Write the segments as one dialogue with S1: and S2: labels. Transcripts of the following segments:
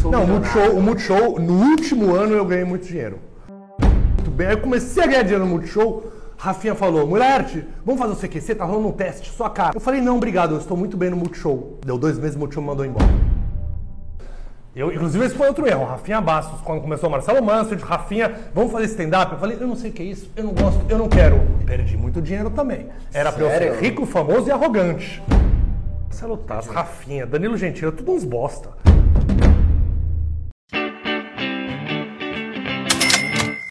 S1: sou
S2: Não, um o
S1: milionário.
S2: Multishow, o Multishow, no último ano eu ganhei muito dinheiro. Muito bem. Aí eu comecei a ganhar dinheiro no Multishow. Rafinha falou, Mulherti, vamos fazer o CQC, tá rolando um teste, sua cara. Eu falei, não, obrigado, eu estou muito bem no Multishow. Deu dois meses, o Multishow me mandou embora. Eu, inclusive, esse foi outro erro. Rafinha Bastos, quando começou o Marcelo Manso, de Rafinha, vamos fazer stand-up? Eu falei, eu não sei o que é isso, eu não gosto, eu não quero. Perdi muito dinheiro também. Era pra eu ser
S1: Sério?
S2: rico, famoso e arrogante. Marcelo Taz, Rafinha, Danilo Gentili, tudo uns bosta.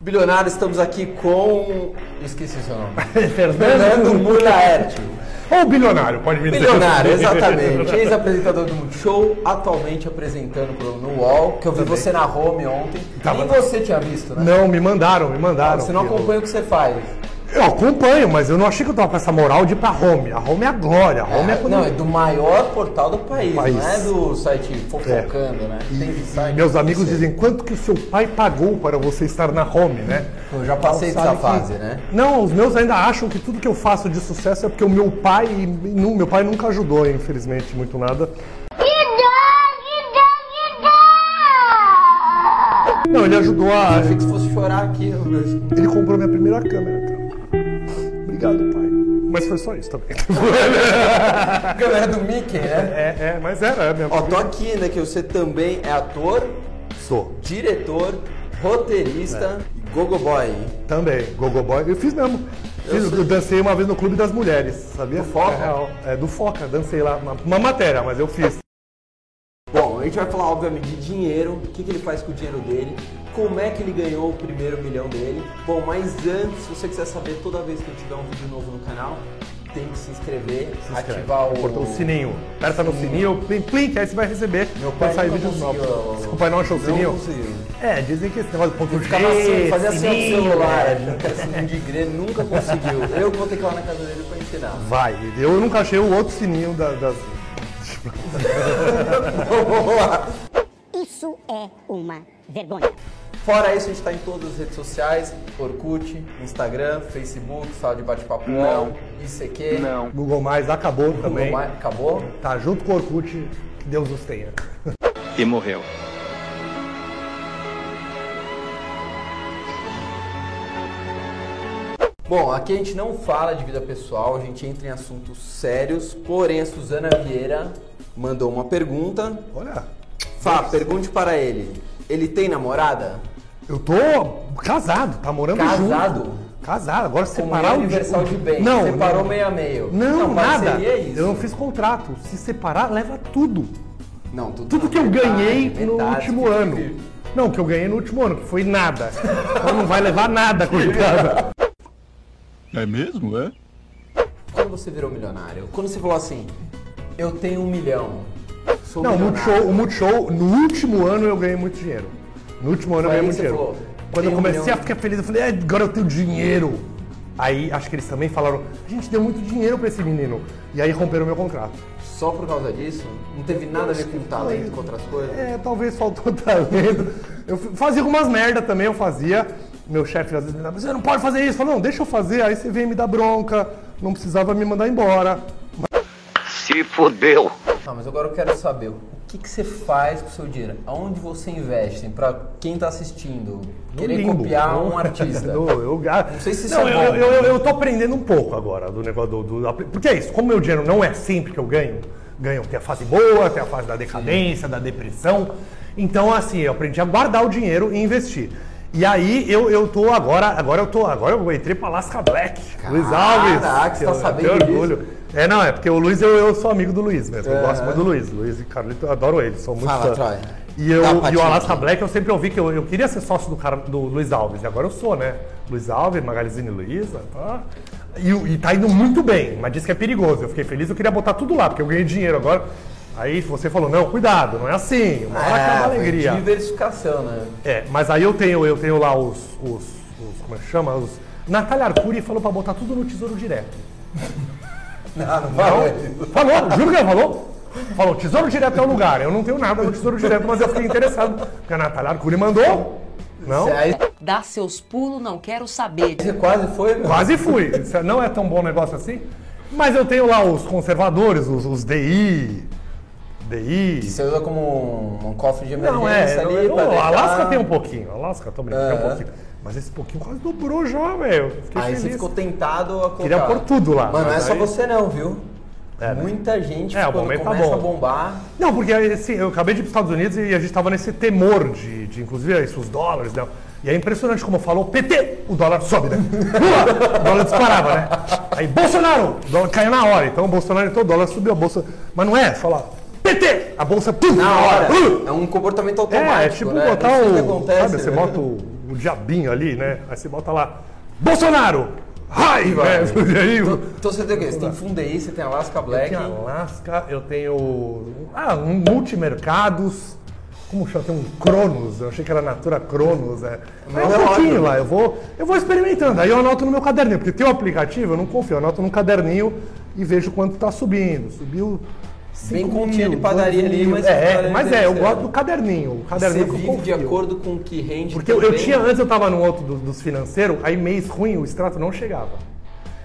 S1: Bilionário, estamos aqui com. Esqueci seu nome. Fernando
S2: Fernando
S1: Mulaerte.
S2: Ou bilionário, pode me dizer.
S1: Bilionário, exatamente. Ex-apresentador do Multishow, atualmente apresentando o programa no UOL, que eu vi você na home ontem.
S2: Tava-
S1: Nem você tinha visto, né?
S2: Não, me mandaram, me mandaram.
S1: Você não
S2: filho.
S1: acompanha o que você faz.
S2: Eu acompanho, mas eu não achei que eu tava com essa moral de ir pra home. A home é a glória, a home é, quando...
S1: Não, é do maior portal do país,
S2: País.
S1: não é do site fofocando, né? Tem site.
S2: Meus amigos
S1: Você-
S2: dizem, quanto que o seu pai pagou para você estar na home, né?
S1: Eu já passei
S2: Sabe
S1: dessa
S2: que-
S1: fase, né?
S2: Não, os meus ainda acham que tudo que eu faço de sucesso é porque o meu pai, e não, meu pai nunca ajudou, infelizmente, muito nada.
S3: Get down, get down, get down!
S2: Não, ele ajudou a...
S1: Achei que se fosse chorar aqui. eu- eu-
S2: Ele comprou minha primeira câmera, cara. Obrigado, pai. Mas foi só isso também.
S1: A câmera do Mickey, né?
S2: é, é, mas era a minha
S1: Ó, tô aqui, né? Que você também é ator,
S2: Sou.
S1: diretor,
S2: É.
S1: roteirista e gogo boy.
S2: Também, Gogoboy. Eu fiz mesmo. Fiz-
S1: Eu
S2: eu
S1: sei.
S2: dancei uma vez no Clube das Mulheres, sabia?
S1: Do Foca?
S2: É, real. É, do Foca, dancei lá. Uma, uma matéria, mas eu fiz.
S1: Bom, a gente vai falar, obviamente, de dinheiro, o que, que ele faz com o dinheiro dele, como é que ele ganhou o primeiro milhão dele. Bom, mas antes, se você quiser saber, toda vez que eu tiver um vídeo novo no canal, tem que se inscrever, ativar
S2: Cortou
S1: o...
S2: o sininho. Aperta no sininho, plim, plim, que aí você vai receber
S1: Meu pai
S2: quando sair
S1: nunca
S2: vídeos novos.
S1: conseguiu.
S2: Seu pai não achou o
S1: Não
S2: sininho?
S1: conseguiu.
S2: É, dizem que esse negócio do ponto G,
S1: Ficava assim, fazia assim no
S2: sininho,
S1: celular,
S2: né?
S1: assim, de igreja, nunca conseguiu. Eu vou ter que ir lá na casa dele pra ensinar.
S2: Vai, eu nunca achei o outro sininho da- das...
S1: Vamos lá.
S4: Isso é uma vergonha.
S1: Fora isso, a gente tá em todas as redes sociais, Orkut, Instagram, Facebook, sala de bate-papo não, ICQ. Não.
S2: Google Mais acabou também.
S1: Acabou?
S2: Tá junto com o Orkut, que Deus nos tenha.
S5: e morreu.
S1: Bom, aqui a gente não fala de vida pessoal, a gente entra em assuntos sérios, porém a Suzana Vieira mandou uma pergunta.
S2: Olha,
S1: Fá, pergunte para ele. Ele tem namorada?
S2: eu tô casado, tá morando junto.
S1: Casado?
S2: Casado, agora separar
S1: Comunhão
S2: o
S1: universal de bens.
S2: Não,
S1: Separou
S2: não.
S1: meio a meio.
S2: Não,
S1: parceria
S2: nada.
S1: É isso.
S2: Eu não fiz contrato. Se separar, leva tudo.
S1: Não, tudo, Ah, é
S2: Tudo que eu
S1: metade,
S2: ganhei no
S1: metade,
S2: último
S1: tudo
S2: ano.
S1: que-
S2: Não, que eu ganhei no último ano, que foi nada. Então não vai levar nada, coitada.
S5: É mesmo, é?
S1: Quando você virou milionário? Quando você falou assim, eu tenho um milhão. Sou
S2: Não, um o
S1: milionário.
S2: Multishow, o Multishow, no último ano eu ganhei muito dinheiro. No último ano eu
S1: Foi
S2: ganhei
S1: aí
S2: muito
S1: que você
S2: dinheiro.
S1: falou, tem
S2: Quando eu
S1: um
S2: comecei
S1: milhão.
S2: a ficar feliz, eu falei, é, agora eu tenho dinheiro. Aí acho que eles também falaram, a gente deu muito dinheiro pra esse menino. E aí romperam meu contrato.
S1: Só por causa disso? Não teve nada a ver com talento, com outras coisas?
S2: É, talvez faltou talento. Eu f- fazia algumas merda também, eu fazia. Meu chefe às vezes me dava, você não pode fazer isso. Eu falava, não, deixa eu fazer. Aí você vem me dar bronca. Não precisava me mandar embora.
S6: Se fudeu.
S1: Tá, mas agora eu quero saber, o que, que você faz com o seu dinheiro? Aonde você investe? Pra quem tá assistindo,
S2: No
S1: querer
S2: limbo.
S1: copiar
S2: No-
S1: um artista.
S2: no- eu, não
S1: sei se isso
S2: não,
S1: é
S2: eu,
S1: bom.
S2: eu, eu, eu tô aprendendo um pouco agora do negócio do, do- da- Porque é isso, como meu dinheiro não é sempre que eu ganho, ganho tem a fase boa, tem a fase da decadência, da depressão. Então, assim, eu aprendi a guardar o dinheiro e investir. E aí eu, eu tô agora, agora eu tô, agora eu entrei pra Lasca Black. Luiz Alves.
S1: Caraca, você tá
S2: eu- eu
S1: sabendo
S2: tenho
S1: disso?
S2: orgulho. É, não, é porque o Luiz, eu, eu sou amigo do Luiz mesmo. Eu gosto muito do Luiz. Luiz e Carlito, eu adoro ele, sou muito
S1: Fala,
S2: fã.
S1: Troy.
S2: E, eu,
S1: Dá uma
S2: e o
S1: patinha
S2: Alaska
S1: aqui.
S2: Tá, Black eu sempre ouvi que eu, eu queria ser sócio do, cara, do Luiz Alves, e agora eu sou, né? Luiz Alves, Magalizine Luiza, tá? E, o- e tá indo muito bem, mas diz que é perigoso. Eu fiquei feliz, eu queria botar tudo lá, porque eu ganhei dinheiro agora. Aí você falou, não, cuidado, não é assim, uma hora acaba a
S1: Ah, foi
S2: alegria.
S1: Diversificação, né?
S2: É, mas aí eu tenho, eu tenho lá os, os, os- como é que chama? Os. Natália Arcuri falou pra botar tudo no Tesouro Direto.
S1: Não, não vai.
S2: Falou, juro que ela falou. Falou, Tesouro Direto é o lugar. Eu não tenho nada no Tesouro Direto, mas eu fiquei interessado. Porque a Natália Arcuri mandou. Não?
S1: Você- aí
S7: Dá seus pulos, não quero saber.
S1: você quase foi, meu.
S2: Quase fui. Isso Não é tão bom negócio assim. Mas eu tenho lá os conservadores, os, os DI, DI.
S1: Você usa como um, um cofre de emergência
S2: Não é,
S1: ali.
S2: não, não,
S1: pra
S2: o
S1: deixar-
S2: Alasca tem um pouquinho, Alasca, tô brincando, tem
S1: É.
S2: um pouquinho. Mas esse pouquinho quase dobrou já, velho. Eu Fiquei
S1: Aí você
S2: feliz.
S1: ficou tentado a colocar.
S2: Queria pôr tudo lá,
S1: Mas não é
S2: mas
S1: só
S2: aí-
S1: você não, viu?
S2: É, né?
S1: Muita gente
S2: É, o
S1: quando
S2: momento tá
S1: começa
S2: bom.
S1: a bombar.
S2: Não, porque assim, eu acabei de ir para os Estados Unidos e a gente tava nesse temor de, de inclusive, isso, os dólares, né? E é impressionante como falou PT, o dólar sobe, né? Lula, o dólar disparava, né? Aí Bolsonaro, o dólar caiu na hora. Então o Bolsonaro entrou, o dólar subiu, a bolsa. Mas não é, fala PT, a bolsa pum,
S1: Na hora.
S2: Uh!
S1: É um comportamento automático.
S2: É, é tipo
S1: né? Não
S2: botar
S1: sei
S2: o.
S1: que acontece,
S2: sabe, você
S1: né?
S2: bota o, o diabinho ali, né? Aí você bota lá. Bolsonaro! Raiva!
S1: Vai.
S2: É, e aí,
S1: Então você tem o quê? Você tem Fundaí, você tem Alaska
S2: eu
S1: Black.
S2: tenho Alaska, eu tenho. Ah, um multimercados. Como chama? Tem um Cronos, eu achei que era Natura Cronos, é. Mas é
S1: Não,
S2: um pouquinho
S1: óbvio.
S2: lá, eu vou, eu vou experimentando. Aí eu anoto no meu caderninho, porque tem o aplicativo, eu não confio, eu anoto num caderninho e vejo quanto tá subindo. Subiu.
S1: Bem
S2: 5
S1: continha
S2: mil,
S1: de padaria
S2: 12
S1: ali,
S2: mil.
S1: mas
S2: é,
S1: padaria
S2: é, mas é, eu
S1: interessante.
S2: gosto do caderninho. O
S1: Você
S2: caderninho que eu
S1: vive
S2: confio.
S1: de acordo com o que rende.
S2: Porque eu, eu
S1: também.
S2: tinha, antes eu tava no outro do- dos financeiros, aí mês ruim o extrato não chegava.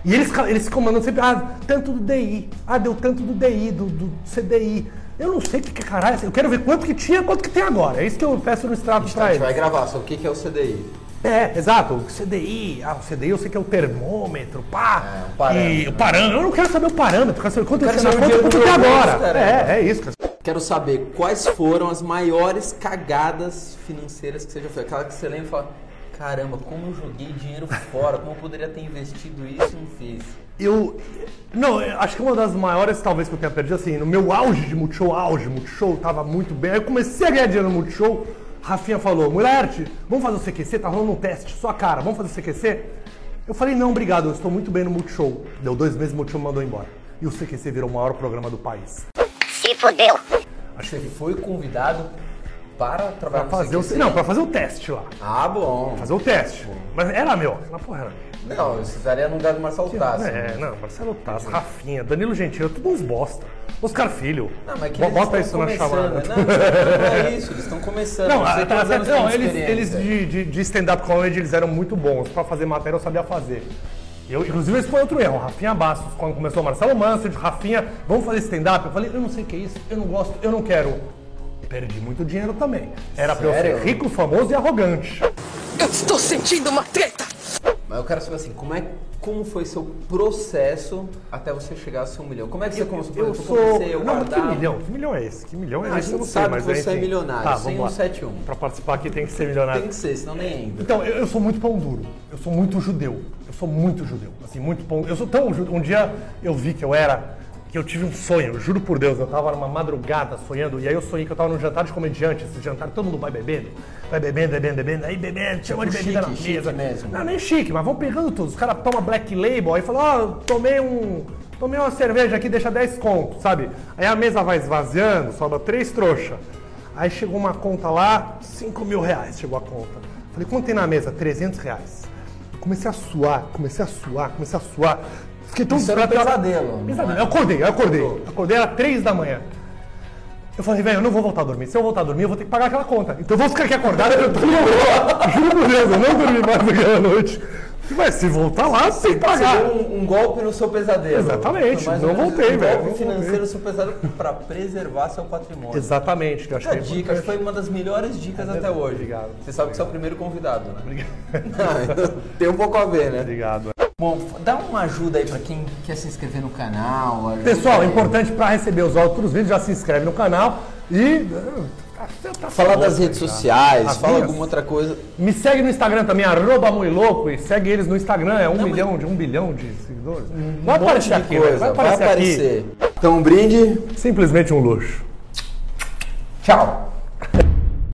S2: E eles, ca- eles comandam sempre, ah, tanto do DI, ah, deu tanto do DI, do, do CDI. Eu não sei o que, que caralho, é eu quero ver quanto que tinha, quanto que tem agora. É isso que eu peço no extrato
S1: Então A
S2: pra
S1: gente
S2: eles.
S1: vai gravar sobre o que que é o CDI.
S2: É, exato, o CDI, ah, o CDI eu sei que é o termômetro, pá.
S1: É, o parâmetro.
S2: E o parâmetro, eu não quero saber o parâmetro, eu quero saber quanto
S1: Eu
S2: eu
S1: quero
S2: tinha na
S1: saber o
S2: conta, quanto
S1: dinheiro
S2: tem
S1: do meu bolso,
S2: agora.
S1: caralho.
S2: É, é isso, cara.
S1: Quero saber quais foram as maiores cagadas financeiras que você já fez. Aquela que você lembra e fala: caramba, como eu joguei dinheiro fora, como eu poderia ter investido isso e não fiz.
S2: Eu. Não, eu acho que uma das maiores, talvez, que eu tenha perdido, assim, no meu auge de Multishow, auge, Multishow, tava muito bem. Aí eu comecei a ganhar dinheiro no Multishow, Rafinha falou, Mulerte, vamos fazer o CQC? Tá rolando um teste, sua cara, vamos fazer o CQC? Eu falei, não, obrigado, eu estou muito bem no Multishow. Deu dois meses, o Multishow me mandou embora. E o CQC virou o maior programa do país.
S4: Se fodeu.
S1: Você foi convidado para trabalhar
S2: Pra fazer o.
S1: CQC?
S2: Não, pra fazer o teste lá.
S1: Ah, bom.
S2: Fazer o teste. Mas era meu. Aquela porra era meu.
S1: Não, eu precisaria no lugar do Marcelo Tassi.
S2: É, não, Marcelo Tassi, Rafinha, Danilo Gentil, tudo uns bosta. Oscar Filho.
S1: Não, mas é que
S2: Bo-
S1: eles
S2: Bota isso
S1: estão
S2: na
S1: começando. né?
S2: chamada.
S1: Não, não é isso, eles estão começando.
S2: Não,
S1: sei
S2: até,
S1: quantos
S2: até,
S1: anos tem
S2: não
S1: de
S2: eles, eles
S1: experiência.
S2: de, de- de stand-up comedy eles eram muito bons. Pra fazer matéria eu sabia fazer. Eu, inclusive, esse foi outro erro. Rafinha Bastos, quando começou o Marcelo Manso, de Rafinha, vamos fazer stand-up? Eu falei, eu não sei o que é isso, eu não gosto, eu não quero. Perdi muito dinheiro também. Era pra eu ser
S1: Sério?
S2: rico, famoso e arrogante.
S8: Eu estou sentindo uma treta!
S1: Mas eu quero saber assim, como, é, como foi seu processo até você chegar a ser um milhão? Como é que você começou?
S2: Eu
S1: Por exemplo,
S2: sou.
S1: comecei, eu
S2: não, mas que
S1: guardava.
S2: milhão? Que milhão é esse? Que milhão é
S1: Não, a
S2: esse?
S1: gente
S2: Eu não sei,
S1: sabe
S2: mas
S1: que você
S2: enfim.
S1: é milionário,
S2: Tá,
S1: sem
S2: vamos
S1: um
S2: lá.
S1: 71.
S2: Pra participar aqui tem que ser
S1: Tem
S2: milionário.
S1: que ser, senão nem entra.
S2: Então, eu, eu sou muito pão duro. Eu sou muito judeu. Eu sou muito judeu. Assim, muito pão. Eu sou tão judeu. Um dia eu vi que eu era. Que eu tive um sonho, eu juro por Deus, eu tava numa madrugada sonhando, e aí eu sonhei que eu tava num jantar de comediante, esse jantar todo mundo vai bebendo, vai bebendo, bebendo, bebendo, aí bebendo, chama de
S1: Tipo chique,
S2: bebida na mesa.
S1: chique mesmo.
S2: Não, nem chique, mas vão pegando tudo. Os caras tomam black label, aí falam, ó, eu tomei um. Tomei uma cerveja aqui, deixa 10 conto, sabe? Aí a mesa vai esvaziando, sobra três trouxas. Aí chegou uma conta lá, 5 mil reais chegou a conta. Falei, quanto tem na mesa? 300 reais. Comecei a suar, comecei a suar, comecei a suar. Fiquei tão
S1: Isso era um
S2: desesperado.
S1: pesadelo, não
S2: Pesadelo. Eu acordei, eu acordei. Acordei, era 3 da manhã. Eu falei, velho, eu não vou voltar a dormir. Se eu voltar a dormir, eu vou ter que pagar aquela conta. Então eu vou ficar aqui acordado. Eu durmo lá. Juro por Deus, eu não dormi mais aquela noite. Mas se voltar lá, tem que pagar.
S1: Você deu um, um golpe no seu pesadelo.
S2: Exatamente,
S1: Foi mais
S2: não
S1: ou menos
S2: voltei,
S1: um
S2: velho, não
S1: golpe financeiro
S2: voltei.
S1: no seu pesadelo pra preservar seu patrimônio.
S2: Exatamente, eu acho
S1: Essa
S2: que é
S1: dica acho que foi uma das melhores dicas até
S2: verdade,
S1: hoje.
S2: obrigado.
S1: Você sabe que você é o primeiro convidado, né? Obrigado. Tem um pouco a ver, né?
S2: Obrigado.
S1: Bom, dá uma ajuda aí pra quem quer se inscrever no canal. ajuda
S2: Pessoal, é
S1: aí.
S2: importante para receber os outros vídeos, já se inscreve no canal e. ah, tá- tá
S1: Falar
S2: bom,
S1: das redes
S2: cara.
S1: sociais,
S2: As
S1: Ah, fala
S2: minhas?
S1: alguma outra coisa.
S2: Me segue no Instagram também, arroba Muilouco, e segue eles no Instagram, é um
S1: mas-
S2: milhão, de um bilhão de seguidores. vai
S1: Um monte
S2: aparecer
S1: de
S2: aqui,
S1: coisa.
S2: velho, vai aparecer aqui.
S1: Então, um brinde.
S2: Simplesmente um luxo.
S1: Tchau.